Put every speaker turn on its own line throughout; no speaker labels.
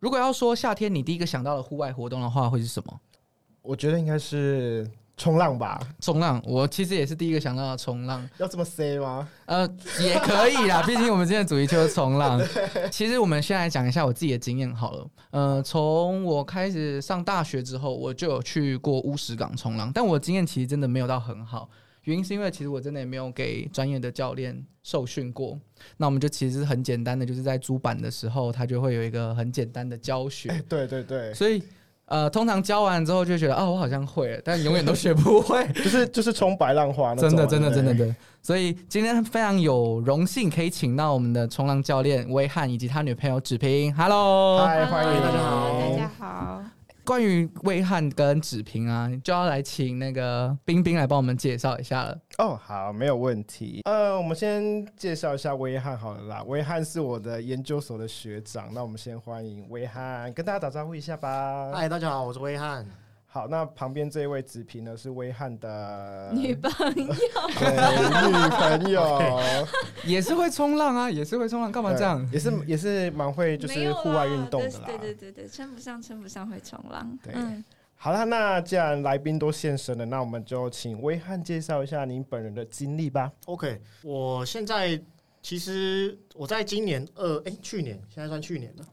如果要说夏天你第一个想到的户外活动的话，会是什么？
我觉得应该是冲浪吧，
冲浪，我其实也是第一个想到的冲浪。
要这么 say 吗？
呃，也可以啦，毕竟我们今天的主题就是冲浪。其实我们先来讲一下我自己的经验好了。呃，从我开始上大学之后，我就有去过乌石港冲浪，但我的经验其实真的没有到很好。原因是因为其实我真的也没有给专业的教练受训过，那我们就其实很简单的，就是在租板的时候，他就会有一个很简单的教学，
对对哎对，
所以呃，通常教完之后就觉得啊，我好像会了，但永远都学不会。
就是就是冲白浪花那种啊，
真的，真的，
对
真
不
的，
对
真的。所以今天非常有荣幸可以请到我们的冲浪教练威汉以及他女朋友芷平。Hello，
嗨，欢迎
Hello，大家
好，
好。
关于威汉跟芷平啊，就要来请那个冰冰来帮我们介绍一下了。
哦，好，没有问题。呃，我们先介绍一下威汉好了啦，威汉是我的研究所的学长，那我们先欢迎威汉，跟大家打招呼一下吧。
嗨，大家好，我是威汉。
好，那旁边这一位子平呢是威汉的
女 朋友，
对女朋 友，
也是会冲浪啊， 也是会冲浪，干嘛这样
对？也是也是蛮会就是户外运动的啦。
啊对对对对，称不上称不上会冲浪。
对
嗯，
好啦，那既然来宾都现身了，那我们就请威汉介绍一下您本人的经历吧。
OK，我现在其实我在今年二哎、去年现在算去年了，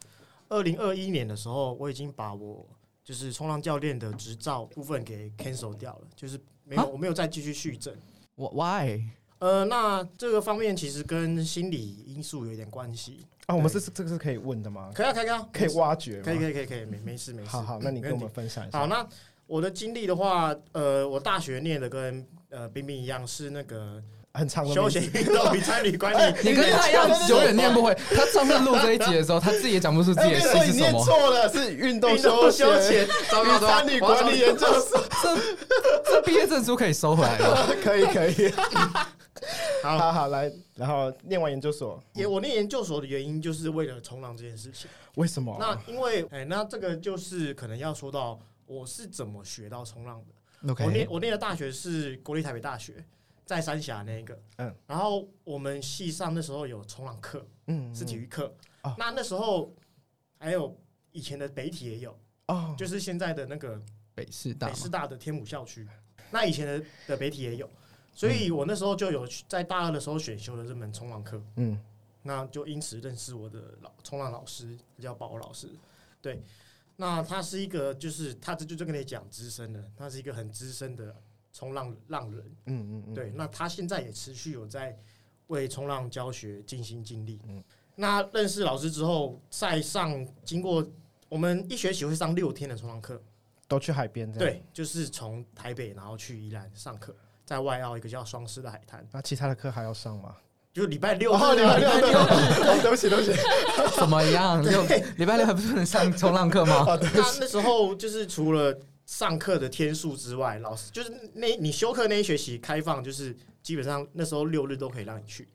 二零二一年的时候，我已经把我就是冲浪教练的执照部分给 cancel 掉了，就是没有
啊
我没有再继续续证。
我 why？
呃，那这个方面其实跟心理因素有一点关系。
啊，我们是这个是可以问的吗？
可以啊，可以啊，
可以挖掘吗？
可以，可以，可以，可以，没没事没事。
好好，那你
没
跟我
问题
们分享一下。
好，那我的经历的话，呃，我大学念的跟呃冰冰一样是那个
很长的名字
休闲运动与参与管
哎
理
你跟他一样永远念不会。他上次录这一集的时候，他自己也讲不出自己的
哎 所以
事
你
是什
念
么。
错了，是运动
运动休
闲
闲，糟糕糟糕，
参与管理研究所。
这毕业证书可以收回来了。
可以可以，
好，
好好来，然后念完研究所，
也我念研究所的原因就是为了冲浪这件事情。
为什么？
那因为哎、那这个就是可能要说到我是怎么学到冲浪的。 我
OK，
念我念的大学是国立台北大学，在三峡那一个。
嗯
嗯，然后我们系上那时候有冲浪课，
嗯
是体育课。
哦
那那时候还有以前的北体也有，
哦，
就是现在的那个
北师大
北
嘛，
师大的天母校区，那以前的的北体也有，所以我那时候就有去在大二的时候选修了这门冲浪课，
嗯，
那就因此认识我的老冲浪老师，叫宝老师，对，那他是一个就是他这就就跟你讲资深的，他是一个很资深的冲浪浪人，
嗯嗯嗯，
对，那他现在也持续有在为冲浪教学尽心尽力。
嗯
嗯，那认识老师之后，再上经过我们一学期会上六天的冲浪课，
都去海边这样。，
对，就是从台北然后去宜兰上课，在外澳一个叫双狮的海滩，
那其他的课还要上吗？
就礼拜六
哦，
日
礼
啊
拜六， 对哦对不起，对不起，
怎么 样？六礼拜六还不是能上冲浪课吗？
那那时候就是除了上课的天数之外，老师就是那你休课那一学期开放，就是基本上那时候六日都可以让你去。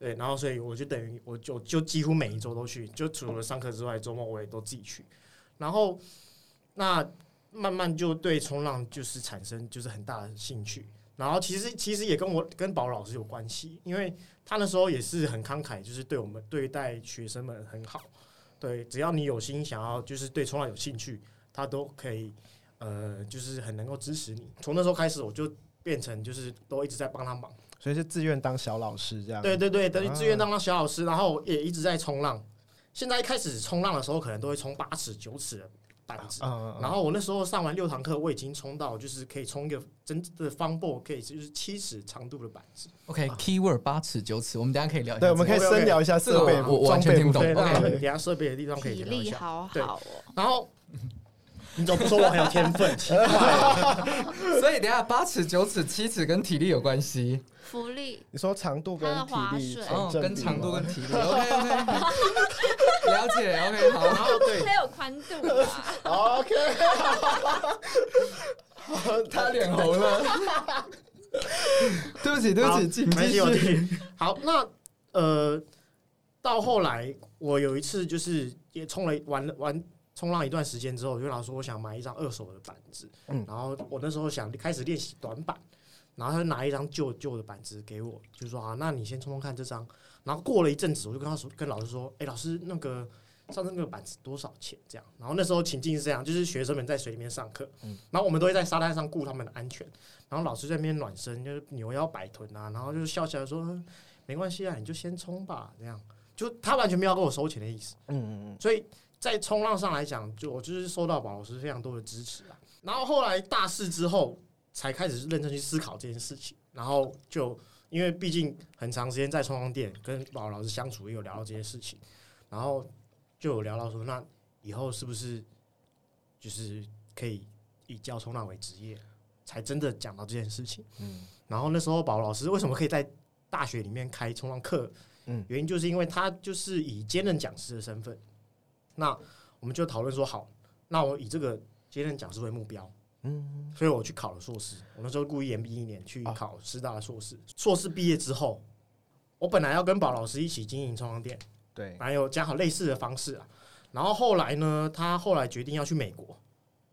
对，然后所以我就等于我就就几乎每一周都去，就除了上课之外，周末我也都自己去。然后那慢慢就对冲浪就是产生就是很大的兴趣。然后其实其实也跟我跟宝老师有关系，因为他那时候也是很慷慨，就是对我们对待学生们很好。对，只要你有心想要，就是对冲浪有兴趣，他都可以，呃，就是很能够支持你。从那时候开始，我就变成就是都一直在帮他忙。
所以是自愿当小老师这样。
对，对对，等于
啊
志愿当当小老师，然后也一直在冲浪。现在一开始冲浪的时候，可能都会冲八尺、九尺的板
啊
子。
嗯，
然后我那时候上完六堂课，我已经冲到就是可以冲一个真的方 b 可以就是七尺长度的板子。
OK，keyword、八尺九尺，我们等一下可以聊一下。
啊对，我们可以深聊一下设备，
我我完全听不懂
对，那我们
OK
等一下设备的地方可以
体
聊一
力
下。
好
对
好哦。
然后你怎么不说我很有天 分？奇怪。
所以等一下八尺九尺七尺跟体力有关系，
福利
你说长度跟体力
对
成
哦，
正比吗
跟
嗯
长度跟体力。OK OK，了解 OK 好。
然后对，
还有宽宽度 吧。
OK，好
他脸红了。 对不起，对不
好
起，请
没关
继
系我
续。
听好，那呃，到后来我有一次就是也冲了玩了玩冲浪一段时间之后，我就老说我想买一张二手的板子，
嗯
然后我那时候想开始练习短板，然后他就拿一张旧旧的板子给我，就说啊，那你先冲冲看这张。然后过了一阵子，我就跟他说，跟老师说，哎、老师那个。上次那个板子多少钱？这样，然后那时候情境是这样，就是学生们在水里面上课，
嗯
然后我们都会在沙滩上顾他们的安全，然后老师在那边暖身，就是扭腰摆臀啊，然后就是笑起来说嗯没关系啊，你就先冲吧，这样就他完全没有要跟我收钱的意思，
嗯
所以在冲浪上来讲，就我就是受到宝老师非常多的支持啊。然后后来大四之后，才开始认真去思考这件事情，然后就因为毕竟很长时间在冲浪店跟宝老师相处，也有聊到这些事情，然后就有聊到说，那以后是不是就是可以以教冲浪为职业，才真的讲到这件事情。
嗯
然后那时候保老师为什么可以在大学里面开冲浪课？
嗯
原因就是因为他就是以兼任讲师的身份。那我们就讨论说，好，那我以这个兼任讲师为目标，
嗯，
所以我去考了硕士。我那时候故意延毕一年去考师大的硕士。硕士毕业之后，我本来要跟宝老师一起经营冲浪店，
对，
还有讲好类似的方式啊。然后后来呢，他后来决定要去美国，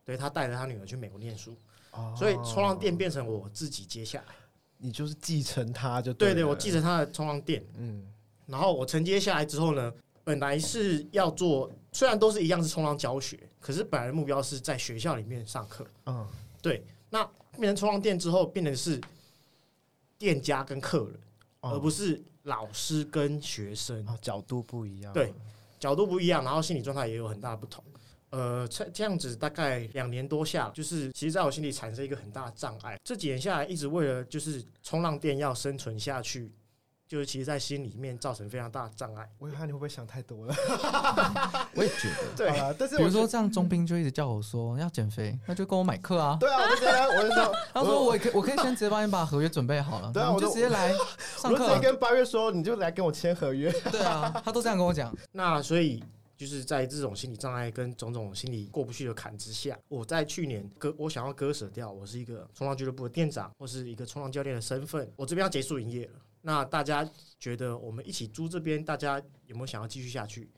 对他带着他女儿去美国念书，
哦
所以冲浪店变成我自己接下来。
你就是继承他就
对
对
对，
了
我继承他的冲浪店，
嗯
然后我承接下来之后呢，本来是要做，虽然都是一样是冲浪教学，可是本来的目标是在学校里面上课。
嗯
对，那变成冲浪店之后，变成是店家跟客人，
哦
而不是老师跟学生。
啊角度不一样，
对角度不一样，然后心理状态也有很大的不同。呃，这这样子大概两年多下来，就是其实在我心里产生一个很大的障碍。这几年下来，一直为了就是冲浪店要生存下去，就是其实在心里面造成非常大的障碍。
威汉你会不会想太多了？
我也觉得，
对啊，但是
比
我
如
觉
说
得
这样，钟斌就一直叫我说要减肥，那就跟我买课啊。
对啊，我就觉得我就说，
他说我也可以我可以先直接帮你把合约准备好了，
对啊
我们就
我都
直接来
我
上
就直接
课。啊
跟八月说，你就来跟我签合约。
对啊，他都这样跟我讲。
那所以就是在这种心理障碍跟种种心理过不去的坎之下，我在去年割我想要割舍掉我是一个冲浪俱乐部的店长或是一个冲浪教练的身份，我这边要结束营业了。那大家觉得我们一起租这边，大家有没有想要继续下去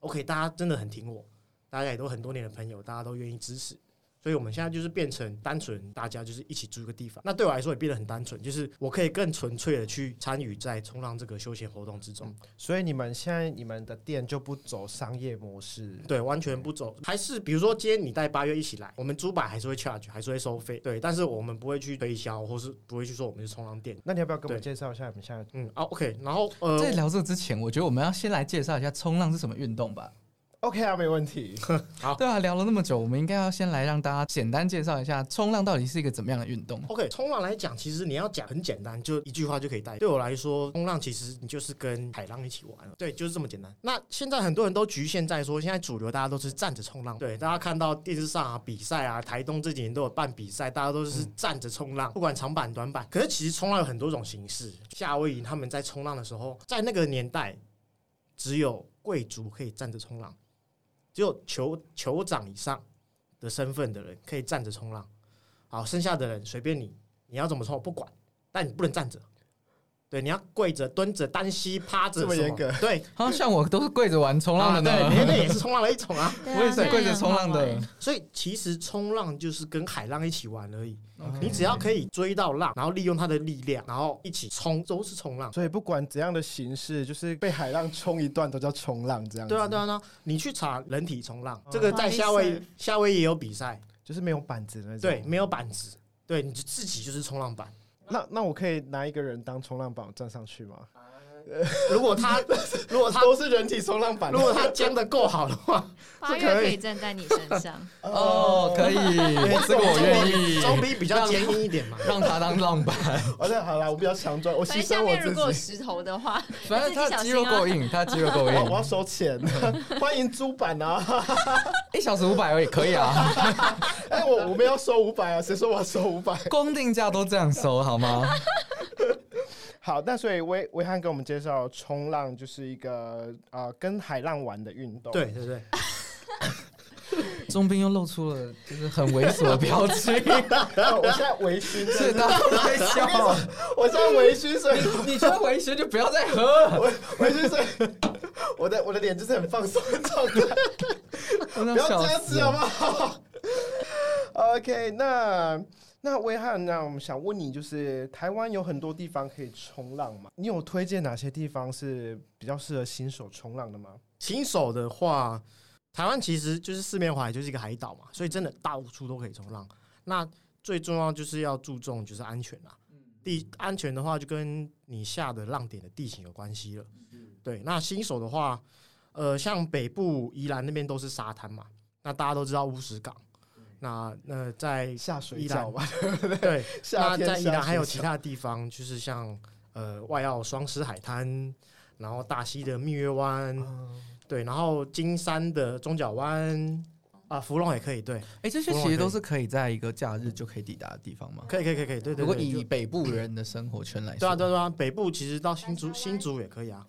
？OK，大家真的很挺我，大家也都很多年的朋友，大家都愿意支持。所以我们现在就是变成单纯，大家就是一起租一个地方。那对我来说也变得很单纯，就是我可以更纯粹的去参与在冲浪这个休闲活动之中。
所以你们现在你们的店就不走商业模式，
对，完全不走，还是比如说今天你带八月一起来，我们租板还是会 charge，还是会收费，对，但是我们不会去推销，或是不会去说我们是冲浪店，
那你要不要跟我们
对
介绍一下你们现在？
嗯啊，OK，然后呃，
在聊这之前，我觉得我们要先来介绍一下冲浪是什么运动吧。
OK 啊，没问 题。
对啊，聊了那么久，我们应该要先来让大家简单介绍一下冲浪到底是一个怎么样的运动。
OK，冲浪来讲，其实你要讲很简单，就一句话就可以带。对我来说，冲浪其实你就是跟海浪一起玩，对，就是这么简单。那现在很多人都局限在说，现在主流大家都是站着冲浪，对，大家看到电视上啊比赛啊，台东这几年都有办比赛，大家都是站着冲浪，不管长板短板。可是其实冲浪有很多种形式，夏威夷他们在冲浪的时候，在那个年代，只有贵族可以站着冲浪，只有酋酋长以上的身份的人可以站着冲浪。好，剩下的人随便你，你要怎么冲我不管，但你不能站着。对，你要跪着、蹲着、单膝、趴着，
这么严格？
对，
好像我都是跪着玩 冲浪的呢。
啊对，那那也是冲浪的一种啊。
我也是跪着冲浪的。
所以其实冲浪就是跟海浪一起玩而已。
哦
OK
你只要可以追到浪，然后利用它的力量，然后一起冲，都是冲浪。
所以不管怎样的形式，就是被海浪冲一段都叫冲浪，这样子
对啊，对啊，对啊！你去查人体冲浪，
嗯
这个在夏威
不好意
夷夏威夷也有比赛，
就是没有板子的那种。
对，，没有板子，对，你就自己就是冲浪板。
那那我可以拿一个人当冲浪板我站上去吗？
如果他如果他
都是人体冲浪板
如果他僵的够好的话，
八月可以站在你身 上，
哦，可以，这个我愿意，
总比比较坚硬一点嘛。
让他当浪 板。
而且哦好啦，我比较强壮，我
所以
牺
下
牲我
面如
自
果有
己。
石头的话，
反正他肌肉够硬，他肌肉够
我要我要
硬，
收钱， 欢迎租板啊！
一小时五百而已，可以啊。
哎、我我们要收五百啊，谁说我要收五百？
公定价都这样收好吗？
好，那所以威威汉给我们介绍 冲浪就是一个呃跟海浪玩的运动。
对对对，
中兵又露出了就是很猥琐的表 情，
哦我现在微醺的，
是大家都在笑。
我现在微醺，所以
你你穿围裙就不要再喝 了，
我微醺，所以我的我的脸就是很放松的状态。
不
不要这样子好不好？OK，那那威汉，那我们想问你，就是台湾有很多地方可以冲浪嘛？你有推荐哪些地方是比较适合新手冲浪的吗？
新手的话，台湾其实就是四面环海，就是一个海岛嘛，所以真的到处都可以冲浪。那最重要就是要注重就是安全啦。
嗯
地安全的话，就跟你下的浪点的地形有关系了。
嗯
对，那新手的话，呃，像北部宜兰那边都是沙滩嘛，那大家都知道乌石港。那那在
下水
宜
饺
兰
吧，
对，
夏天
那在宜
下
兰还有
水
其
饺
他地方，就是像呃外澳双狮海滩，然后大溪的蜜月湾，
啊
对，然后金山的中角湾啊，芙蓉也可以，对，
哎，这些其实都是可以在一个假日就可以抵达的地方吗？
可以，可以，可以，可以，对对
如果
对，就
以北部人的生活圈来说，
对啊，对啊，对啊，北部其实到新竹，
南沙湾
新竹也可以啊。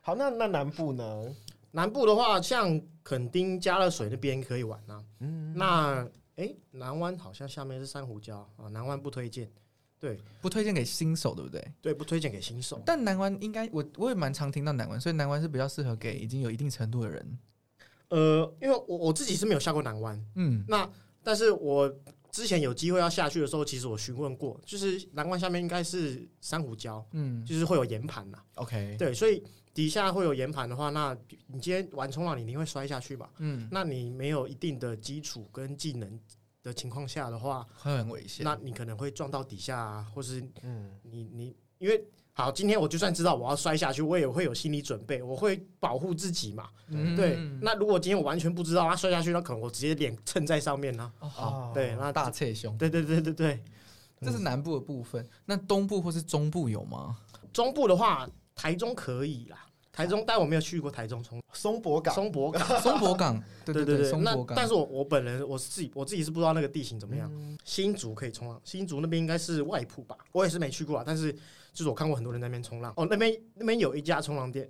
好，那那南部呢？
南部的话，像垦丁、加勒水那边可以玩啊。嗯，那诶，南湾好像下面是珊瑚礁啊，南湾不推荐，
不推荐给新手，对不对？
对，不推荐给新手。
但南湾应该我我也蛮常听到南湾，所以南湾是比较适合给已经有一定程度的人。
呃，因为我我自己是没有下过南湾，
嗯，
那但是我之前有机会要下去的时候，其实我询问过，就是南湾下面应该是珊瑚礁，
嗯
就是会有岩盘呐、
，OK，
对，所以底下会有岩盘的话，那你今天玩冲浪，你一定会摔下去嘛。
嗯，
那你没有一定的基础跟技能的情况下的话，
会很危险。
那你可能会撞到底下啊，或是
嗯，
你你因为好，今天我就算知道我要摔下去，我也会有心理准备，我会保护自己嘛。
嗯
对，那如果今天我完全不知道，它摔下去，那可能我直接脸蹭在上面啦、啊
哦好，
对，那嗯
大侧胸，
对对对对对，
这是南部的部分。那东部或是中部有吗？
中部的话，台中可以啦。台中，但我没有去过台中冲
松柏港，
松柏港，
松柏 港， 对
对
对
对。
松
那
柏港。
但是我我本人我自己我自己是不知道那个地形怎么样。新竹可以冲浪，新竹那边应该是外埔吧，我也是没去过啊。但是就是我看过很多人在那边冲浪。哦，那边那边有一家冲浪店，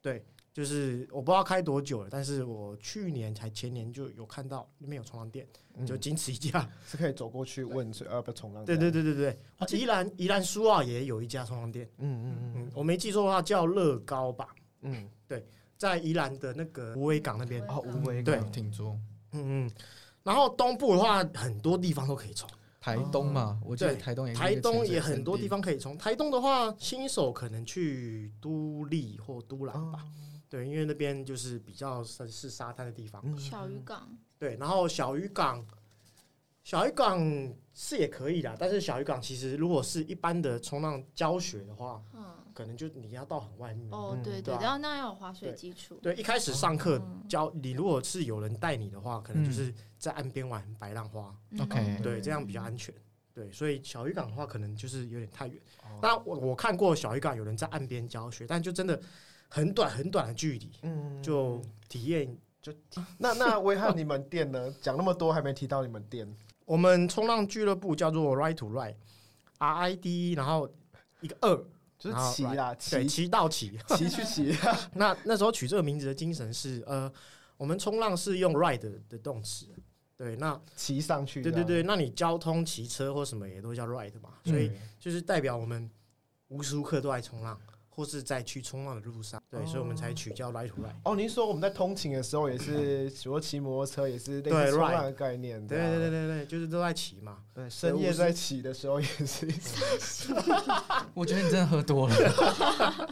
对，就是我不知道开多久了，但是我去年才前年就有看到那边有冲浪店，
嗯
就仅此一家。
是可以走过去问水，呃，不冲浪。
对对，对对对，哦宜兰宜兰苏澳也有一家冲浪店，
嗯嗯
嗯，我没记错的话叫乐高吧。
嗯
在宜兰的那个无尾港那边
嗯，。
对
哦，无为
对
嗯挺多。
嗯嗯。然后东部的话，很多地方都可以冲，
台东嘛，我记得
哦对
台东也是哎一个
台东
潜水
也很多
圣地
地。方可以冲。台东的话，新手可能去都立或都兰
哦
吧，
啊
对，因为那边就是比较算是沙滩的地方。
嗯
小渔港，
对，然后小渔港，小渔港是也可以啦，但是小渔港其实如果是一般的冲浪教学的话，
嗯，
可能就你要到很外面。
哦，对
对
对，
啊
然后那要有滑水基础，
对，一开始上课
嗯
教你，如果是有人带你的话，可能就是在岸边玩白浪花。
嗯
OK
对，这样比较安全。对，所以小渔港的话，可能就是有点太远
哦。
那、我我看过小渔港有人在岸边教学，但就真的很短很短的距离，
嗯
就体验。
那那威汉，你们店呢？讲那么多还没提到你们店，
我们冲浪俱乐部叫做 Right to Right，R I D，E，然后一个二，
就是
然后
骑啦，骑
对，骑到骑。
骑去骑，
那那时候取这个名字的精神是，呃，我们冲浪是用 ride 的的动词。对，那
骑上去。
对对对，，那你交通、骑车或什么也都叫 ride 嘛，
嗯
所以就是代表我们无时无刻都在冲浪，或是在去冲浪的路上，对，
哦
所以我们才取叫 Right to Right。
哦，您说我们在通勤的时候也是，比如说骑摩托车也是类
对
似冲
ride
浪的概念，
对啊
这样
对对对对，就是都在骑嘛。
对，深夜在骑的时候也是，
我觉得你真的喝多了。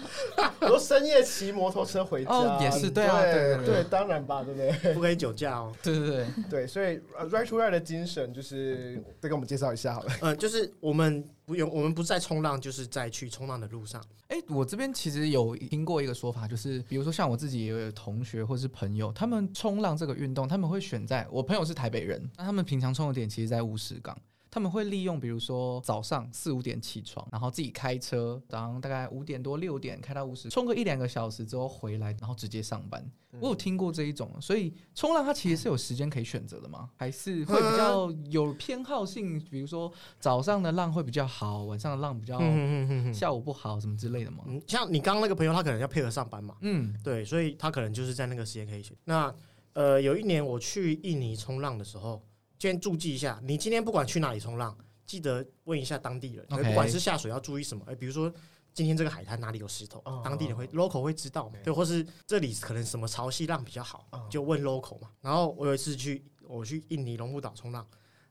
我说深夜骑摩托车回家，
哦也是
对
对啊对
对
对对
当然吧，对不对？
不可以酒驾哦。
对对对，
对，所以呃 right to right 的精神就是再给我们介绍一下好 了。
呃，就是我们不用，我们不是在冲浪，就是在去冲浪的路上。
哎、我这边其实有听过一个说法，就是比如说像我自己也有同学或是朋友，他们冲浪这个运动，他们会选在我朋友是台北人，那他们平常冲的点其实在乌石港。他们会利用，比如说早上四五点起床，然后自己开车，然后大概五点多六点开到乌石，冲个一两个小时之后回来，然后直接上班。我有听过这一种，所以冲浪它其实是有时间可以选择的吗？还是会比较有偏好性？比如说早上的浪会比较好，晚上的浪比较
嗯嗯嗯嗯
下午不好什么之类的吗？
嗯，像你刚刚那个朋友，他可能要配合上班嘛，
嗯，
对，所以他可能就是在那个时间可以选。那呃，有一年我去印尼冲浪的时候，先注记一下，你今天不管去哪里冲浪，记得问一下当地人，
OK
不管是下水要注意什么，哎、比如说。今天这个海滩哪里有石头
哦，
当地人会 local 会知道嘛？对，或是这里可能什么潮汐浪比较好
哦，
就问 local 嘛。然后我有一次去，我去印尼龙目岛冲浪，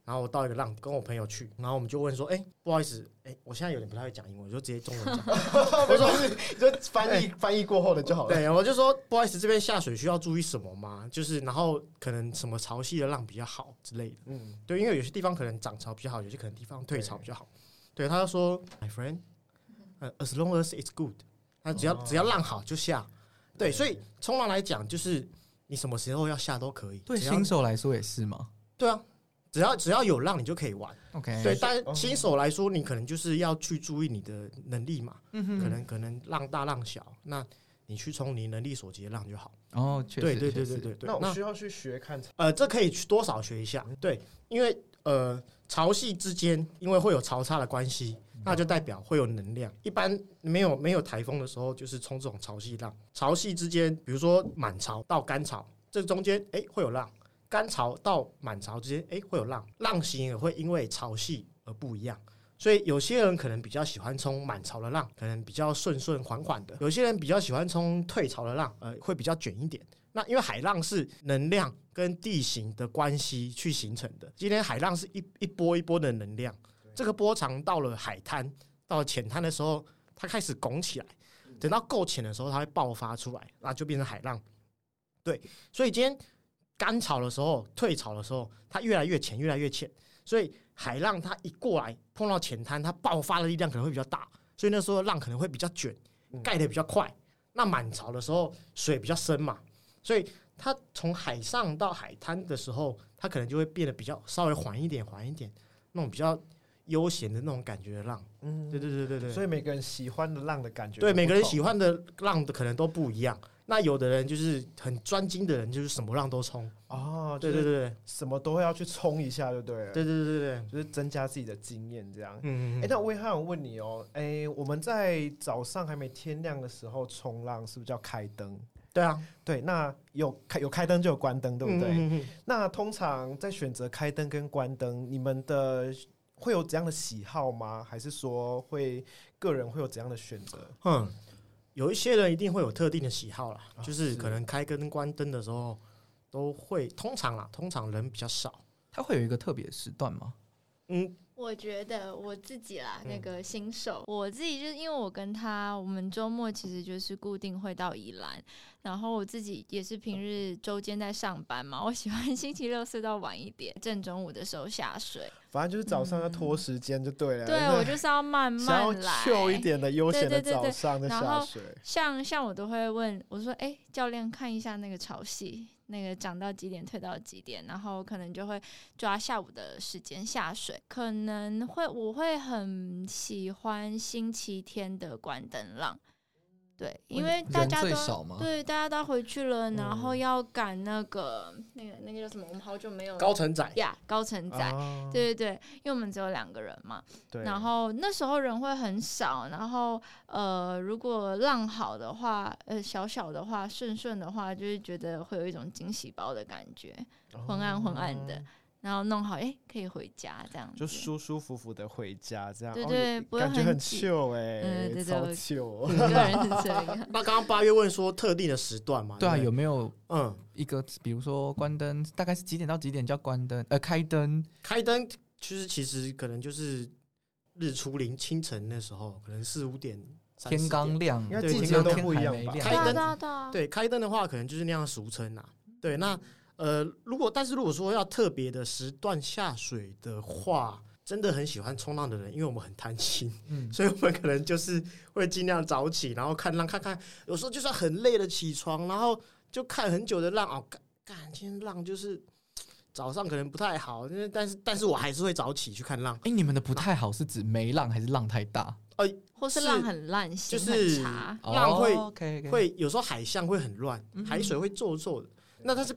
然后我到一个浪，跟我朋友去，然后我们就问说，哎、不好意思，哎、我现在有点不太会讲英文，我就直接中文讲。
我说是就翻译翻译过后的就好了。
对，我就说不好意思，这边下水需要注意什么吗？就是然后可能什么潮汐的浪比较好之类的。
嗯，
对，因为有些地方可能涨潮比较好，有些可能地方退潮比较好。对，他就说，My friend，呃、a s long as it's good，他只要、
哦
只要浪好就下。对，
对
所以冲浪来讲，就是你什么时候要下都可以。
对
只要
新手来说也是吗
对啊，只要只要有浪你就可以玩。
？OK，
对，
是哦
但新手来说，你可能就是要去注意你的能力嘛，
嗯哼
可能可能浪大浪小，那你去冲你能力所及的浪就好。
哦，确实，
对对对
确
对
实，
对对。
那我需要去学看
呃，这可以去多少学一下，对，因为呃潮汐之间因为会有潮差的关系，那就代表会有能量。一般没有没有台风的时候，就是冲这种潮汐浪。潮汐之间，比如说满潮到干潮，这中间哎、会有浪；干潮到满潮之间，哎、会有浪。浪型也会因为潮汐而不一样。所以有些人可能比较喜欢冲满潮的浪，可能比较顺顺缓缓的；有些人比较喜欢冲退潮的浪，呃，会比较卷一点。那因为海浪是能量跟地形的关系去形成的。今天海浪是一一波一波的能量，这个波长到了海滩、到了浅滩的时候，它开始拱起来，等到够浅的时候，它会爆发出来，那就变成海浪。对，所以今天干潮的时候、退潮的时候，它越来越浅，越来越浅，所以海浪它一过来碰到浅滩，它爆发的力量可能会比较大，所以那时候浪可能会比较卷
嗯，
盖的比较快。那满潮的时候水比较深嘛，所以它从海上到海滩的时候，它可能就会变得比较稍微缓一点，缓一点，那种比较悠闲的那种感觉的浪。
嗯，
对对对对对，
所以每个人喜欢的浪的感觉，
对每个人喜，欢的浪的可能都不一样。那有的人就是很专精的人，就是什么浪都冲。
哦，
对对，对
什么都会要去冲一下，对不对了？
对对对对对，
就是增加自己的经验这样。哎、
嗯嗯嗯。
那威汉，我问你哦、哎、我们在早上还没天亮的时候冲浪，是不是叫开灯？
对啊，
对，那有开有开灯就有关灯，对不对？
嗯嗯嗯
那通常在选择开灯跟关灯，你们的会有怎样的喜好吗？还是说会个人会有怎样的选择？
嗯，有一些人一定会有特定的喜好啦，
啊
哦就
是
是可能开跟关灯的时候都会，通常啦，通常人比较少。
它会有一个特别的时段吗？
嗯，
我觉得我自己啦，
嗯
那个新手，我自己就是因为我跟他，我们周末其实就是固定会到宜兰，然后我自己也是平日周间在上班嘛，我喜欢 星期六睡到晚一点，正中午的时候下水。
反正就是早上要拖时间就对了。
对
不
我就是要慢
呃想要
慢来，
秀一点的悠闲的
对对对
早
对
上再
然
下
后
水。
像像我都会问我说，哎、教练看一下那个潮汐，那个涨到几点，退到几点，然后可能就会抓下午的时间下水，可能会我会很喜欢星期天的关灯浪，对，因为
哦
大
人
家
最
都。
少啊嗯吗？
对，大家都回去了，然后要赶那个、那个那个叫什么？我们好久没有
高层仔，。
呀高层仔，
啊
对对对，因为我们只有两个人嘛，
对
然后那时候人会很少，然后呃，如果浪好的话，呃，小小的话，顺顺的话，就是觉得会有一种惊喜包的感觉，昏暗昏暗的
哦
然后弄好，哎、可以回家这样子。
就舒舒服服的回家，这样
对
哦
对
也
不会
感觉
很
很
挤
秀哎、
嗯对对
超
我
秀。
一个人是这样
那刚刚八月问说特定的时段嘛？
对啊，
不
有没有
嗯，
一个，比如说关灯，大概是几点到几点叫关灯？呃，开灯。
开灯其实其实可能就是日出临清晨那时候，可能四五点、三
天
四点
刚亮，
应该
对
季
天
节
刚
都
天
不一
还
样
没
吧
亮
开
对啊
灯
对啊对啊，
对，开灯的话可能就是那样俗称啦、对，那呃，如果但是如果说要特别的时段下水的话，真的很喜欢冲浪的人，因为我们很贪心，
嗯，
所以我们可能就是会尽量早起，然后看浪，看看，有时候就算很累了起床，然后就看很久的浪哦，干干今天浪就是。早上可能不太好，因为但是但是我还是会早起去看浪，
哎，你们的不太好是指没浪还是浪太大？
或是
是
浪很烂，心
就是
很差。
浪会
哦，OK，OK
会有时候海象会很乱，
嗯
海水会皱皱的。那它是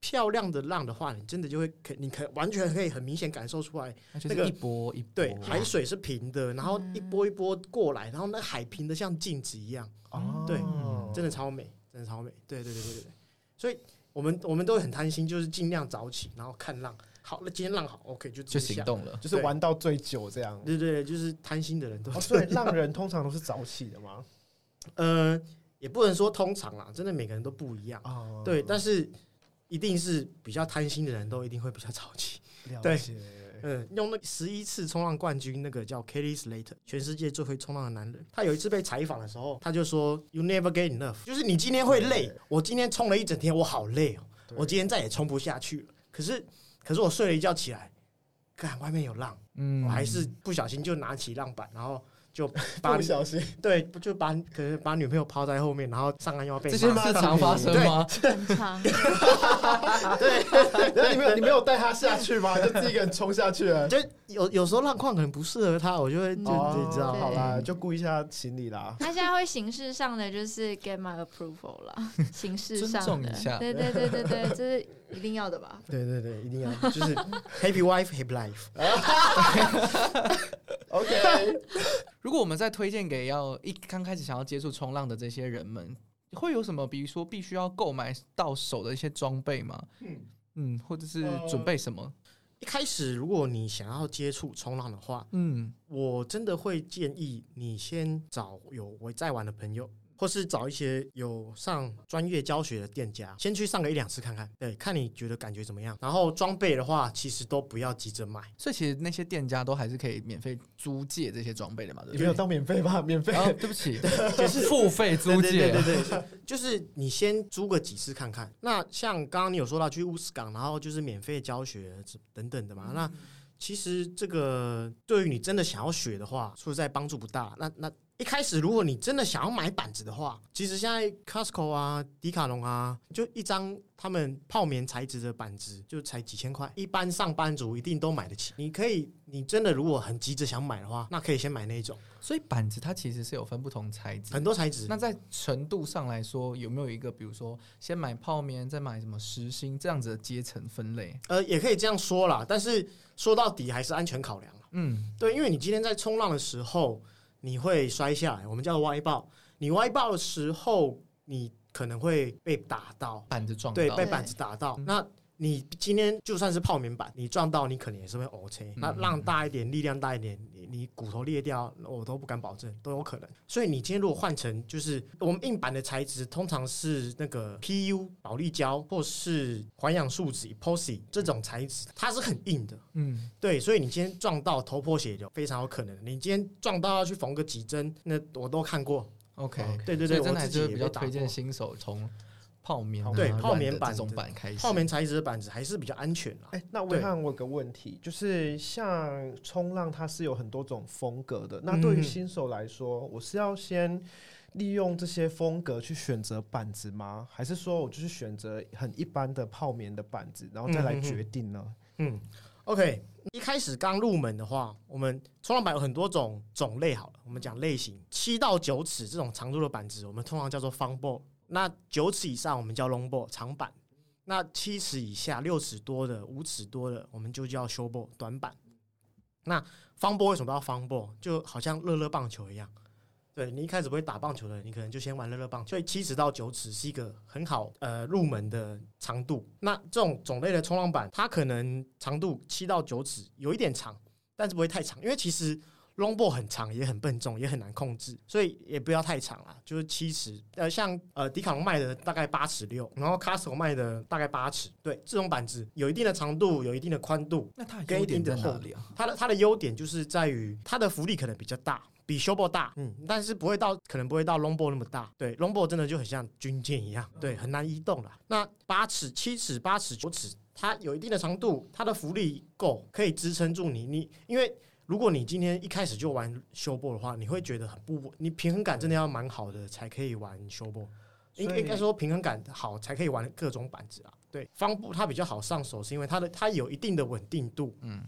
漂亮的浪的话，你真的就会可你可完全可以很明显感受出来，
嗯那就
那
是
个
一波一波。
对，海水是平的，然后一波一波过来，然后那海平的像镜子一样，
哦
对
嗯
真的超美，真的超美。对对对对对对，所以我们我们都很贪心，就是尽量早起，然后看浪。好，那今天浪好，OK 就
就
直接
行
下。
动了。
就是玩到最久这样。
对对对，就是贪心的人都
哦，所以浪人通常都是早起的嘛。
呃，也不能说通常啦，真的每个人都不一样。
哦，
对，但是一定是比较贪心的人都一定会比较早起。
了
对
解。
嗯，用那十一次冲浪冠军那个叫 Kelly Slater，全世界最会冲浪的男人，他有一次被采访的时候，他就说 “You never get enough”，就是你今天会累
对，
我今天冲了一整天，我好累哦，
对
我今天再也冲不下去了。可是，可是我睡了一觉起来，看外面有浪，
嗯，
我还是不小心就拿起浪板，然后就把
不小心，
对，就把可能把女朋友抛在后面，然后上岸又要被
这些
骂
事常发生吗？
很长，
那你没有你没有带他下去吗？就自己一个人冲下去 了。
就有有时候浪况可能不适合他，我就会就
哦
就知道
对
好
好啦。
啦，就顾一下行李啦。
他现在会形式上的就是 get my approval 啦，形式
尊
上
重
的
一下，
对对对对对，这是一定要的吧？
对对对，一定要就是 happy wife happy life。
OK，
如果我们再推荐给要一刚开始想要接触冲浪的这些人们，会有什么？比如说必须要购买到手的一些装备吗？
嗯
嗯，或者是
呃
准备什么？
一开始如果你想要接触冲浪的话，
嗯，
我真的会建议你先找有我在玩的朋友。或是找一些有上专业教学的店家，先去上个一两次看看，对，看你觉得感觉怎么样。然后装备的话，其实都不要急着买，
所以其实那些店家都还是可以免费租借这些装备的嘛，对不
没
对？
有到免费吧？免费
哦，对不起，就是付费租
对对
借啊
对。对对，就是你先租个几次看看。那像刚刚你有说到去乌斯港，然后就是免费教学等等的嘛，那。其实这个对于你真的想要学的话，说实在帮助不大。那那一开始，如果你真的想要买板子的话，其实现在 Costco 啊、迪卡侬啊，就一张他们泡棉材质的板子就才几千块，一般上班族一定都买得起。你可以，你真的如果很急着想买的话，那可以先买那一种，
所以板子它其实是有分不同材质。
很多材质。
那在程度上来说，有没有一个比如说先买泡棉，再买什么实心这样子的阶层分类？
呃，也可以这样说啦，但是说到底还是安全考量啊
嗯，
对，因为你今天在冲浪的时候，你会摔下来，我们叫歪爆。你歪爆的时候，你可能会被打到，
板子撞
对，
到
被，板子打到。那你今天就算是泡棉板，你撞到你可能也是会 O K。那浪大一点，力量大一点，你你骨头裂掉，我都不敢保证，都有可能。所以你今天如果换成就是我们硬板的材质，通常是那个 P U 保利胶或是环氧树脂 Epoxy 这种材质，它是很硬的。
嗯，
对，所以你今天撞到头破血流，非常有可能。你今天撞到要去缝个几针，那我都看过。
OK，
对对
所
对，
以
我
真的还是
自己
会
也
比
被
较
打
推荐
过
新手从泡棉啊
对
软
泡
的
棉板
这种
子
板开始。
泡棉材质的板子还是比较安全啦。
哎、那威汉，我有个问题，就是像冲浪，它是有很多种风格的。那对于
嗯
新手来说，我是要先利用这些风格去选择板子吗？还是说我就是选择很一般的泡棉的板子，然后再来决定呢？
嗯，OK，一开始刚入门的话，我们冲浪板有很多种种类，好了，我们讲类型，七到九尺这种长度的板子，我们通常叫做方 ball。那九尺以上我们叫 long ball 长板，那七尺以下、六尺多的、五尺多的，我们就叫 short ball 短板。那方波为什么要方波？就好像乐乐棒球一样，对你一开始不会打棒球的，你可能就先玩乐乐棒球。所以七尺到九尺是一个很好呃入门的长度。那这种种类的冲浪板，它可能长度七到九尺，有一点长，但是不会太长，因为其实 longboard 很长，也很笨重，也很难控制，所以也不要太长啦，就是七尺。呃，像呃迪卡侬卖的大概八尺六，然后 Castro 卖的大概八尺。对，这种板子有一定的长度，有一定的宽度，
那它
跟
优
一
点
定
在
的
哪
厚
里啊？
它的它的优点就是在于它的浮力可能比较大，比 s h o b o 大，嗯，但是不会到可能不会到 longboard 那么大。对，longboard 真的就很像军舰一样，对，很难移动啦。那八尺、七尺、八尺、九尺，它有一定的长度，它的浮力够，可以支撑住你。你因为如果你今天一开始就玩 s h o b o 的话，你会觉得很不稳，你平衡感真的要蛮好的才可以玩 s h o b o 应
所以
应该说平衡感好才可以玩各种板子啊。对，方布它比较好上手，是因为它的它有一定的稳定度，
嗯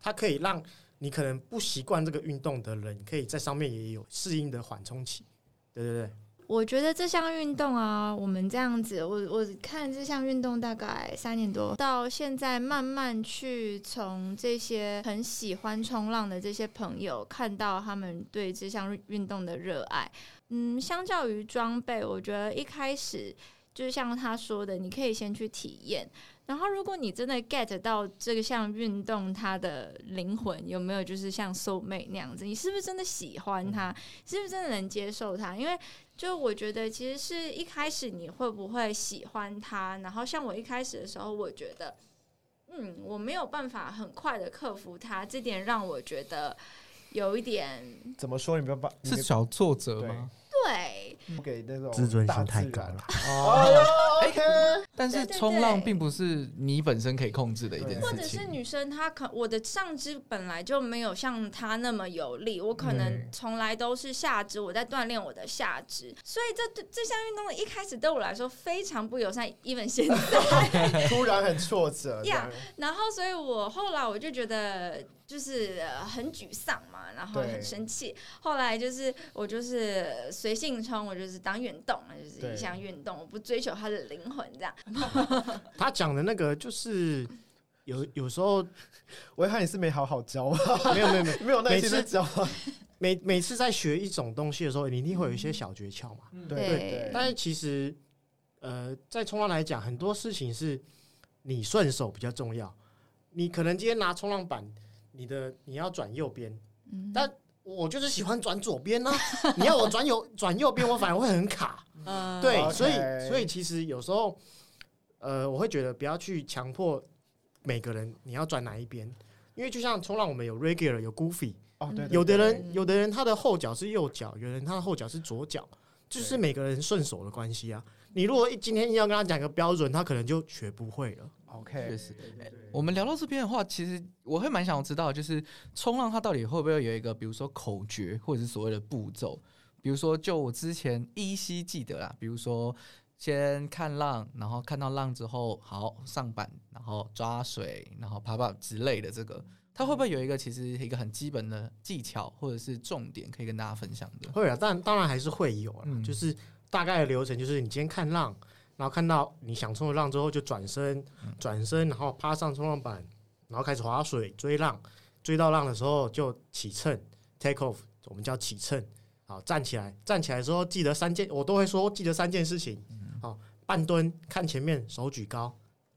它可以让你可能不习惯这个运动的人，可以在上面也有适应的缓冲期。对对对，
我觉得这项运动啊，我们这样子，我我看这项运动大概三年多，到现在慢慢去从这些很喜欢冲浪的这些朋友，看到他们对这项运动的热爱。嗯，相较于装备，我觉得一开始。就是像他说的，你可以先去体验。然后，如果你真的 get 到这个项运动它的灵魂有没有，就是像 soul mate 那样子，你是不是真的喜欢它？是不是真的能接受它？因为就我觉得，其实是一开始你会不会喜欢它？然后像我一开始的时候，我觉得，嗯，我没有办法很快的克服它，这点让我觉得有一点
怎么说？你不要把你
是小挫折吗？
对，
不给那种
自尊
大
心
自
太高
然
了。
哦，OK，
哎但是
对对
冲浪
对
并不是你本身可以控制的一件
或
事
者是
情。
女生，她可我的上肢本来就没有像她那么有力，我可能
嗯
从来都是下肢，我在锻炼我的下肢，所以这这项运动一开始对我来说非常不友善，even 现在。
突然很挫折，这样
然后，所以我后来我就觉得就是、呃很沮丧嘛，然后
对
很生气。后来就是我就是随性冲，我就是当运动，就是
对
一项运动，我不追求它的灵魂这样。
他讲的那个就是有有时候
我看你是没好好教，
没有没有没有，
没有耐心
每
的
次
教。
每每次在学一种东西的时候，你一定会有一些小诀窍嘛。
对
但是其实，呃，在冲浪来讲，很多事情是你顺手比较重要。你可能今天拿冲浪板，你的你要转右边，
嗯
但我就是喜欢转左边呢、啊你要我转右转右边，我反而会很卡。
呃
对
OK
所以所以其实有时候，呃，我会觉得不要去强迫每个人你要转哪一边，因为就像冲浪，我们有 regular 有 goofy，
哦，对，对
嗯有的
对
人有的人他的后脚是右脚，有的人他的后脚是左脚，就是每个人顺手的关系啊。你如果一今天硬要跟他讲一个标准，他可能就学不会了。
OK，
确实，哎我们聊到这边的话，其实我会蛮想要知道，就是冲浪它到底会不会有一个，比如说口诀，或者是所谓的步骤？比如说，就我之前依稀记得啦，比如说先看浪，然后看到浪之后，好上板，然后抓水，然后爬爬之类的，这个它会不会有一个其实一个很基本的技巧或者是重点可以跟大家分享的？
会啊，但当然还是会有啊，
嗯
就是大概的流程就是你今天看浪，然后看到你想冲的浪之后就转身，转身然后趴上冲浪板，然后开始划水追浪，追到浪的时候就起乘 take off，我们叫起乘。好，站起来，站起来的时候记得三件，我都会说记得三件事情。好，半蹲看前面，手举高。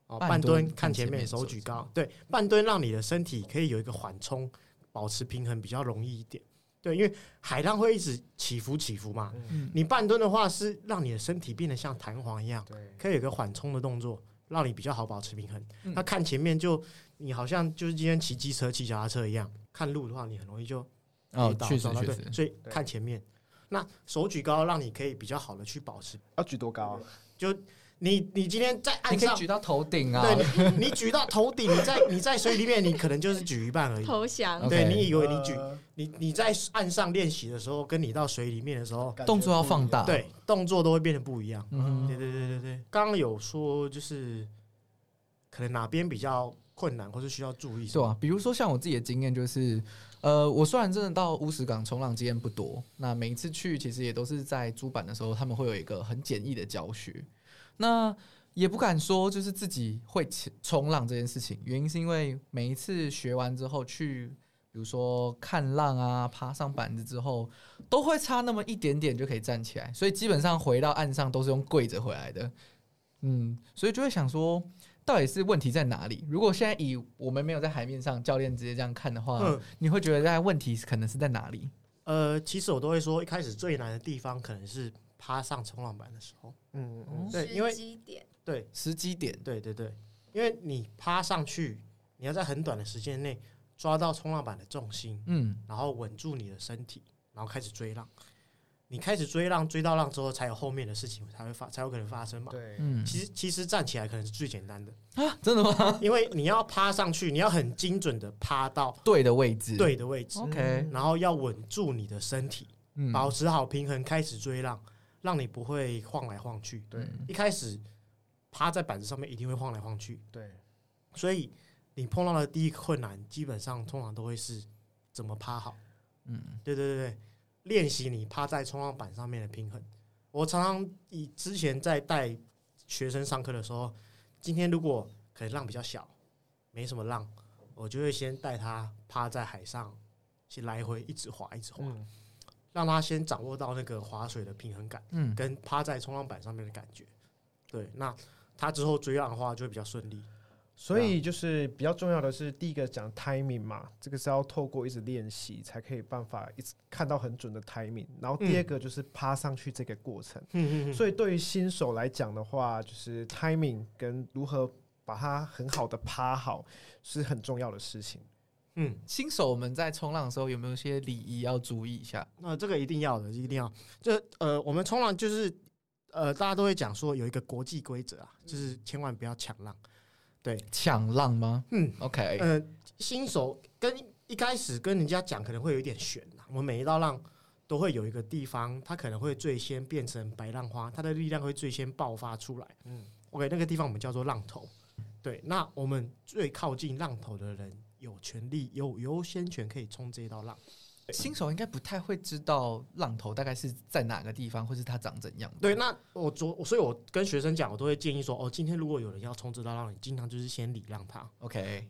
哦，
半
半
蹲
蹲看
看
前
前
面，
面
手
手
举
举
高
高。
对，半蹲让你的身体可以有一个缓冲，保持平衡比较容易一点。对，因为海浪会一直起伏起伏嘛。
嗯，
你半蹲的话是让你的身体变得像弹簧一样，
对，
可以有个缓冲的动作，让你比较好保持平衡。
嗯
那看前面就你好像就是今天骑机车、骑脚踏车一样，看路的话你很容易就
哦
跌，倒
确实
撞到
确
对
实，
所以
对
看前面。那手举高，让你可以比较好的去保持。
要举多高？啊
你你今天在
你
岸
可以
上，
举到头顶啊，
对你你举到头顶，你在你在水里面，你可能就是举一半而已。
投降
OK
对你以为你举
呃
你你在岸上练习的时候，跟你到水里面的时候，
感觉
动作要放大，
不
对动作都会变得不一样。
嗯
对对对对对，刚刚有说就是可能哪边比较困难，或是需要注意什
对
么。
啊，比如说像我自己的经验就是，呃，我虽然真的到乌石港冲浪经验不多，那每一次去其实也都是在租板的时候，他们会有一个很简易的教学。那也不敢说就是自己会起冲浪这件事情，原因是因为每一次学完之后去，比如说看浪啊、爬上板子之后，都会差那么一点点就可以站起来，所以基本上回到岸上都是用跪着回来的。嗯，所以就会想说，到底是问题在哪里？如果现在以我们没有在海面上，教练直接这样看的话，
嗯
你会觉得在问题可能是在哪里？
呃，其实我都会说，一开始最难的地方可能是趴上冲浪板的时候。
嗯
哦
嗯，
对因为
时机点
对
时机点，
对对对，因为你趴上去，你要在很短的时间内抓到冲浪板的重心，
嗯，
然后稳住你的身体，然后开始追浪。你开始追浪，追到浪之后，才有后面的事情才会发，才有可能发生嘛。
对，
嗯
其实其实站起来可能是最简单的，
啊，真的吗？
因为你要趴上去，你要很精准的趴到
对的位置，
对的位置。
，OK，
然后要稳住你的身体，
嗯，
保持好平衡，开始追浪，让你不会晃来晃去。
对
嗯
一开始趴在板子上面一定会晃来晃去，
对，
所以你碰到的第一个困难，基本上通常都会是怎么趴好。
嗯，
对对对对，练习你趴在冲浪板上面的平衡。我常常以之前在带学生上课的时候，今天如果可能浪比较小，没什么浪，我就会先带他趴在海上，先来回一直滑一直滑，
嗯，
让他先掌握到那个划水的平衡感
嗯
跟趴在冲浪板上面的感觉。对，那他之后追浪的话就会比较顺利。
所以就是比较重要的是，第一个讲 timing 嘛，这个是要透过一直练习才可以办法一直看到很准的 timing。然后第二个就是爬上去这个过程。
嗯嗯
所以对于新手来讲的话，就是 timing 跟如何把它很好的趴好是很重要的事情。
嗯，
新手们在冲浪的时候有没有一些礼仪要注意一下？
那这个一定要的，一定要。这呃，我们冲浪就是呃，大家都会讲说有一个国际规则啊，就是千万不要抢浪。
抢浪吗？
嗯
，OK，
呃，新手跟一开始跟人家讲可能会有一点悬啊。我们每一道浪都会有一个地方，它可能会最先变成白浪花，它的力量会最先爆发出来。
嗯
嗯，OK，那个地方我们叫做浪头。对，那我们最靠近浪头的人有权利有优先权可以冲这一道浪。
新手应该不太会知道浪头大概是在哪个地方，或是它长怎样。
对，那我昨，所以我跟学生讲，我都会建议说，哦，今天如果有人要冲这道浪，你尽量就是先礼让他。
，OK，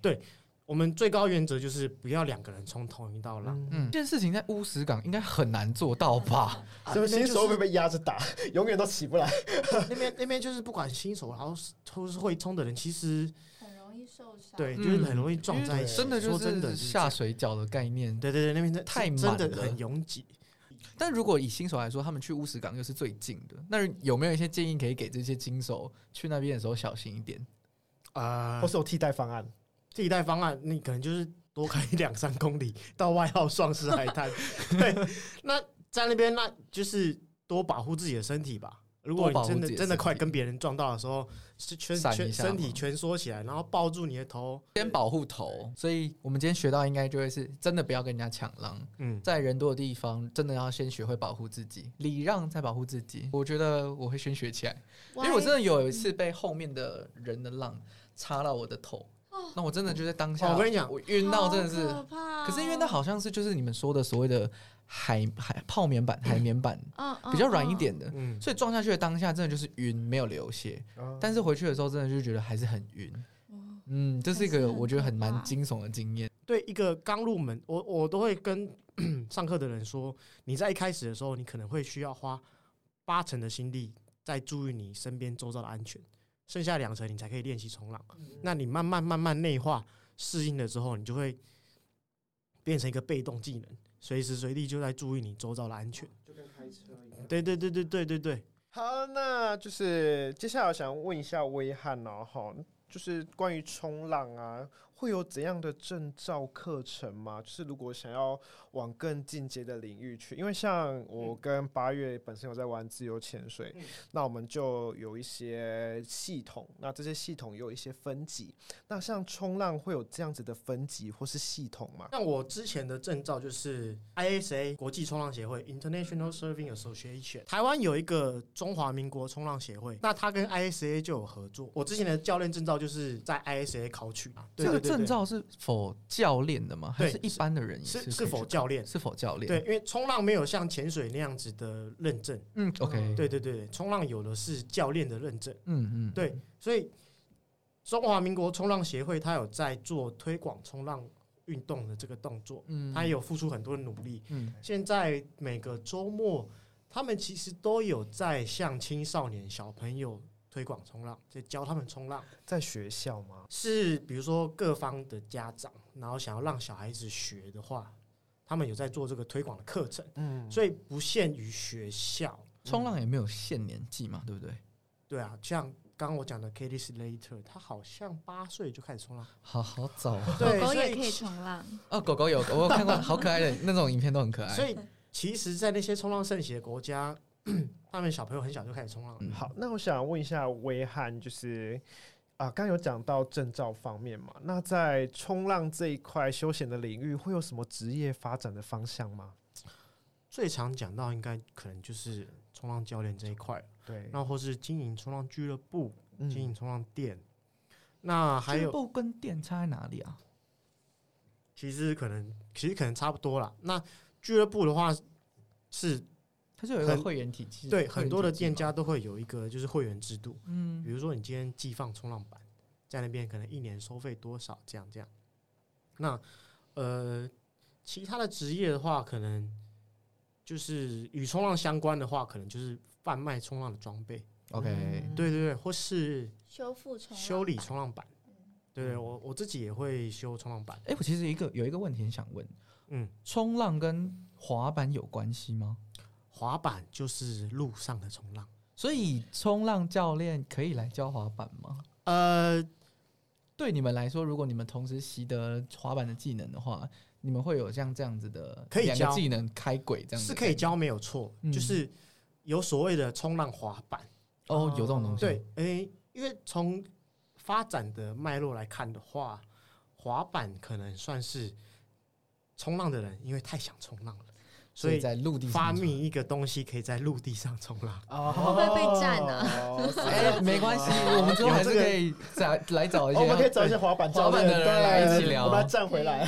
我们最高原则就是不要两个人冲同一道浪。
嗯，这件事情在乌石港应该很难做到吧？
啊
所以
那
新
边就
手会
是
被压着打， 永远都起不来。
那边那边就是不管新手，然后是都是会冲的人，其实
很容易受伤。
对，
嗯
就是很容易撞在一起。
真的就
说真的
是
就是这
下
样
水饺的概念。
对对对，那边真
太
真的
满了
很拥挤。
但如果以新手来说，他们去乌石港又是最近的，那有没有一些建议可以给这些新手去那边的时候小心一点？
啊
或，是有替代方案，
替代方案，你可能就是多开两三公里 到外号双狮海 滩。对，那在那边，那就是多保护自己的身体吧。如果
多
你
保护
真
自
的
己的
真的快
身体
跟别人撞到的时候，是全
闪一
全
下嘛
身体蜷缩起来，然后抱住你的头，
先保护头，所以我们今天学到应该就会是真的不要跟人家抢浪，
嗯，
在人多的地方真的要先学会保护自己，礼让再保护自己。我觉得我会先学起来。因为我真的有一次被后面的人的浪插到我的头，那我真的就在当下，
哦我跟你讲
我晕到真的
哦好
是。
可怕哦
可是因为那，好像是就是你们说的所谓的海海泡棉板、海绵板，
嗯，嗯
比较软一。点的，
嗯，
所以撞下去的当下真的就是晕，没有流血。
哦
但是回去的时候真的就觉得还是很晕。
嗯
嗯，这是一
还是
个
很
我觉得很
可
蛮
怕
惊悚的经验。
对一个刚入门，我我都会跟 上课的人说，你在一开始的时候，你可能会需要花八成的心力在注意你身边周遭的安全，剩下两成你才可以练习冲浪。
嗯
那你慢慢慢慢内化适应了之后，你就会变成一个被动技能，随时随地就在注意你周遭的安全。
哦就跟开车一样。
对对对对对对对，
好，那就是接下来我想问一下威汉哦，哈，就是关于冲浪啊，会有怎样的证照课程吗？就是如果想要往更进阶的领域去，因为像我跟八月本身有在玩自由潜水，
嗯
那我们就有一些系统，那这些系统也有一些分级，那像冲浪会有这样子的分级或是系统吗？
像我之前的证照就是 ISA 国际冲浪协会 International Surfing Association，台湾有一个中华民国冲浪协会，那它跟 ISA 就有合作。我之前的教练证照就是在 ISA 考取嘛，对
这个
对对
证照是否教练的吗？还
对
是一般的人也
是
可以
是否
去
教练？
是否教练？
对，，因为冲浪没有像潜水那样子的认证，
嗯，OK，
对对对，对冲浪有的是教练的认证。
嗯嗯，
对，所以中华民国冲浪协会它有在做推广冲浪运动的这个动作，
嗯
它也有付出很多的努力。
嗯，
现在每个周末，他们其实都有在向青少年小朋友推广冲浪，在教他们冲浪。
在学校吗？
是比如说各方的家长，然后想要让小孩子学的话，他们有在做这个推广的课程，
嗯，
所以不限于学校。
冲浪也没有限年纪
嗯
嘛，对不对？
对啊，像刚刚我讲的 Katie Slater，她好像八岁就开始冲浪，
好好早 啊！
对，
狗狗
所
也可以
以
冲浪，
哦，狗狗有，我有看过，好可爱的那种影片都很可爱。
所以其实，在那些冲浪盛行的国家，他们小朋友很小就开始冲浪了。
嗯
好，那我想问一下威汉，就是啊，刚有讲到证照方面嘛，那在冲浪这一块休闲的领域，会有什么职业发展的方向吗？
最常讲到应该可能就是冲浪教练这一块，
对，
那或是经营冲浪俱乐部、经营
嗯，
冲浪店。那还
俱乐
有，
部跟店差在哪里啊？
其实可能其实可能差不多啦。那俱乐部的话是
它是有一个
很
会员体系，会
对
员
很多的
体系
店
吗，
家都会有一个就是会员制度，
嗯
比如说你今天寄放冲浪板，在那边可能一年收费多少这样这样。那呃，其他的职业的话，可能就是与冲浪相关的话，可能就是贩卖冲浪的装备。
OK，
对对对，或是
修复重
修理冲浪板。嗯对对，我我自己也会修冲浪板。
哎、我其实一个有一个问题很想问，
嗯，
冲浪跟滑板有关系吗？
滑板就是路上的冲浪。
所以冲浪教练可以来教滑板吗？
呃，
对你们来说，如果你们同时习得滑板的技能的话，你们会有像这样子的
可以
两
教
个技能开轨这样子
是
的
可以教没有错，
嗯
就是有所谓的冲浪滑板。
哦，有这种东西
对，诶、因为从发展的脉络来看的话，滑板可能算是冲浪的人，因为太想冲浪了，所
所以
以
在陆地上
发
冲
明一个东西可以在陆地上冲浪。
哦
会不会被占啊
哎、没关系，我们之后还是可以找来找一
哦我们可以
些
找一些滑板教
滑板
练
的人来
对
一起聊
我把它站回来。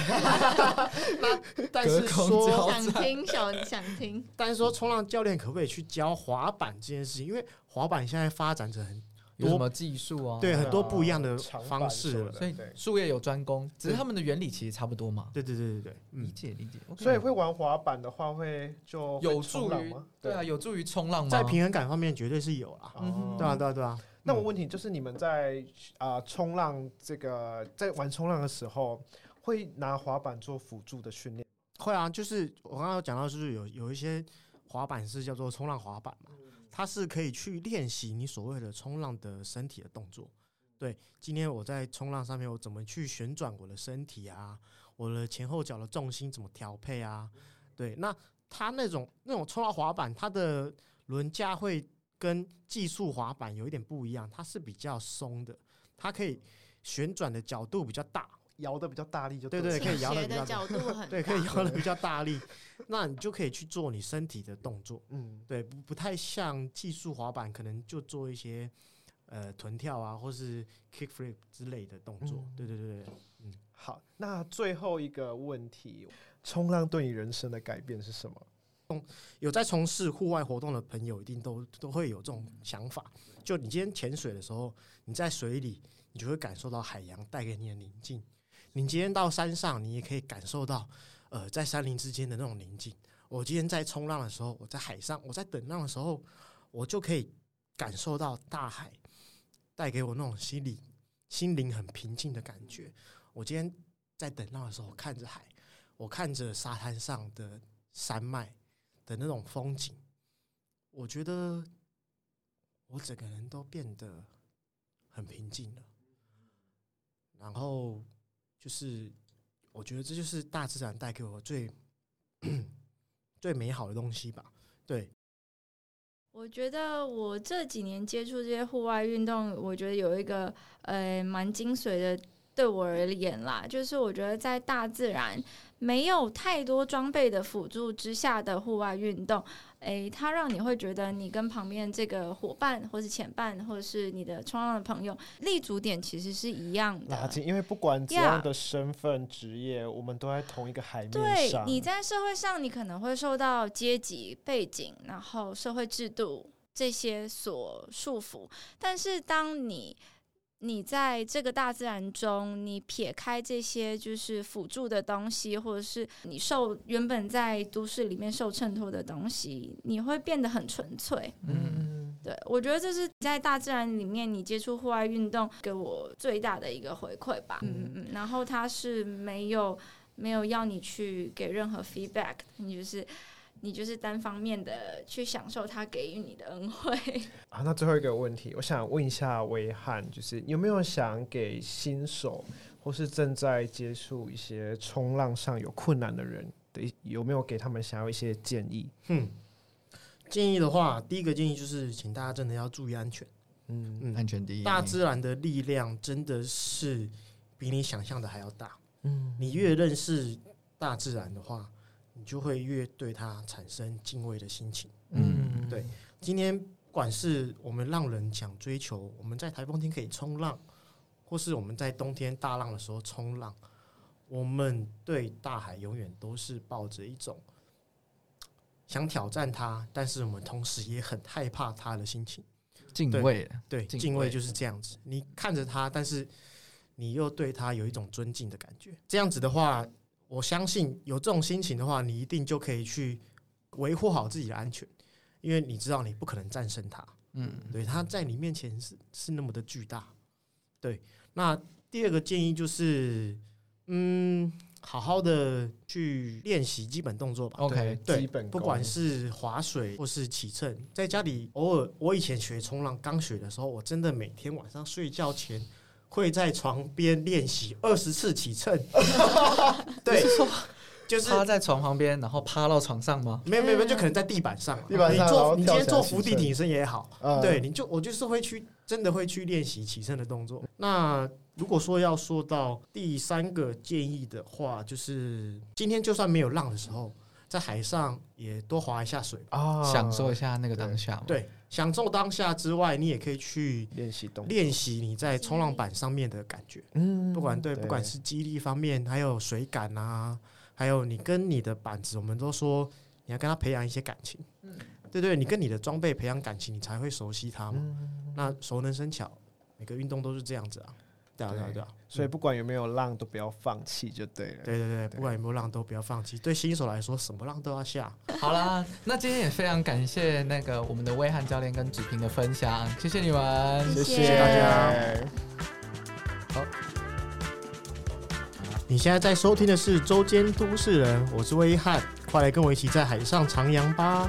但是
隔空
说
教，
想听想想听，
但是说冲浪教练可不可以去教滑板这件事情？因为滑板现在发展成很
有什么技术啊？
对很多
啊
不一样的
长板
方式
什么
了
的
所以
对
术业有专攻，只是他们的原理其实差不多嘛。
对对对对对，
理
嗯，
解理解，OK，
所以会玩滑板的话，会就会
有
冲
助
浪
于
吗？
对啊，有助于冲浪吗？
在平衡感方面绝对是有啦。
嗯哼
对啊，
哦
对啊，对啊。
那我问题就是，你们在啊冲浪这个在玩冲浪的时候，会拿滑板做辅助的训练？
会啊，就是我刚刚有讲到，就是有有一些滑板是叫做冲浪滑板嘛，它是可以去练习你所谓的冲浪的身体的动作。对，今天我在冲浪上面，我怎么去旋转我的身体啊？我的前后脚的重心怎么调配啊？对，那它那种那种冲浪滑板，它的轮架会跟技术滑板有一点不一样，它是比较松的，它可以旋转的角度比较大，
摇的比较大力就
对
了
可以摇得
倾斜
比较
的角度很
对，
大
可以摇的比较大力，那你就可以去做你身体的动作。
嗯，
对，不不太像技术滑板，可能就做一些呃臀跳啊，或是 kick flip 之类的动作。对对对对，
好，那最后一个问题，冲浪对你人生的改变是什么？
有在从事户外活动的朋友，一定都都会有这种想法。就你今天潜水的时候，你在水里，你就会感受到海洋带给你的宁静。你今天到山上，你也可以感受到，呃，在山林之间的那种宁静。我今天在冲浪的时候，我在海上，我在等浪的时候，我就可以感受到大海带给我那种心里心灵很平静的感觉。我今天在等浪的时候，看着海，我看着沙滩上的山脉的那种风景，我觉得我整个人都变得很平静了。然后就是，我觉得这就是大自然带给我最 最美好的东西吧。对，
我觉得我这几年接触这些户外运动，我觉得有一个呃蛮精髓的，对我而言啦，就是我觉得在大自然没有太多装备的辅助之下的户外运动，诶，它让你会觉得你跟旁边这个伙伴，或是前伴，或者是你的冲浪的朋友，立足点其实是一样的，
拉近，因为不管怎
Yeah
样的身份、职业，我们都在同一个海面
对
上。，
你在社会上，你可能会受到阶级背景，然后社会制度这些所束缚。但是，当你你在这个大自然中，你撇开这些就是辅助的东西，或者是你受原本在都市里面受衬托的东西，你会变得很纯粹。
嗯，
嗯，
对，我觉得这是在大自然里面你接触户外运动给我最大的一个回馈吧。嗯嗯，嗯，然后它是没有没有要你去给任何 feedback，你就是你就是单方面的去享受它给予你的恩惠。
啊，那最后一个问题，我想问一下威汉，就是有没有想给新手或是正在接触一些冲浪上有困难的人的一，有没有给他们想要一些建议？
嗯，建议的话，第一个建议就是，请大家真的要注意安全。
嗯，
嗯，
安全第一，
大自然的力量真的是比你想象的还要大。嗯，你越认识大自然的话，你就会越对它产生敬畏的心情。
嗯
对今天不管是我们让人想追求，我们在台风天可以冲浪，或是我们在冬天大浪的时候冲浪，我们对大海永远都是抱着一种想挑战它，但是我们同时也很害怕它的心情。
敬
对
畏，
对，
敬
敬畏
畏
就是这样子，你看着他，但是你又对他有一种尊敬的感觉。这样子的话，我相信有这种心情的话，你一定就可以去维护好自己的安全，因为你知道你不可能战胜他，
嗯，
对，它在你面前是是那么的巨大。对，那第二个建议就是，嗯，好好的去练习基本动作吧。
OK
对
对
基本功
不管是划水或是骑乘，在家里偶尔，我以前学冲浪刚学的时候，我真的每天晚上睡觉前会在床边练习二十次起乘。 对，就是
趴在床旁边，然后趴到床上吗？
没有没有，没有就可能在地板上嘛。啊
地板上
你
然后
做你今
跳
天
起来
做
起
伏地
身
挺身也好，
嗯
对，你就我就是会去真的会去练习起身的动作。那如果说要说到第三个建议的话，就是今天就算没有浪的时候，在海上也多划一下水吧。
啊，
享受一下那个当下嘛。，
对，哦享受当下之外，你也可以去
练习动作，
练习你在冲浪板上面的感觉，
嗯
不管对，不管是肌力方面，还有水感啊，还有你跟你的板子，我们都说你要跟他培养一些感情。对对，你跟你的装备培养感情，你才会熟悉它嘛。那熟能生巧，每个运动都是这样子啊。对啊，对啊，
对
对啊。
所以不管有没有浪，都不要放弃就对了。
对对对，不管有没有浪都不要放弃。对新手来说，什么浪都要下。
好啦，那今天也非常感谢那个我们的威汉教练跟子平的分享，谢谢你们。
谢
谢谢大家。
你现在在收听的是《周间都市人》，我是威汉，快来跟我一起在海上徜徉吧。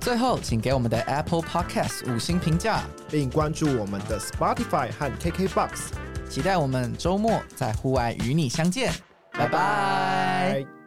最后，请给我们的 Apple Podcast 五星评价，
并关注我们的 Spotify 和 KKBox。
期待我们周末在户外与你相见，拜拜
拜。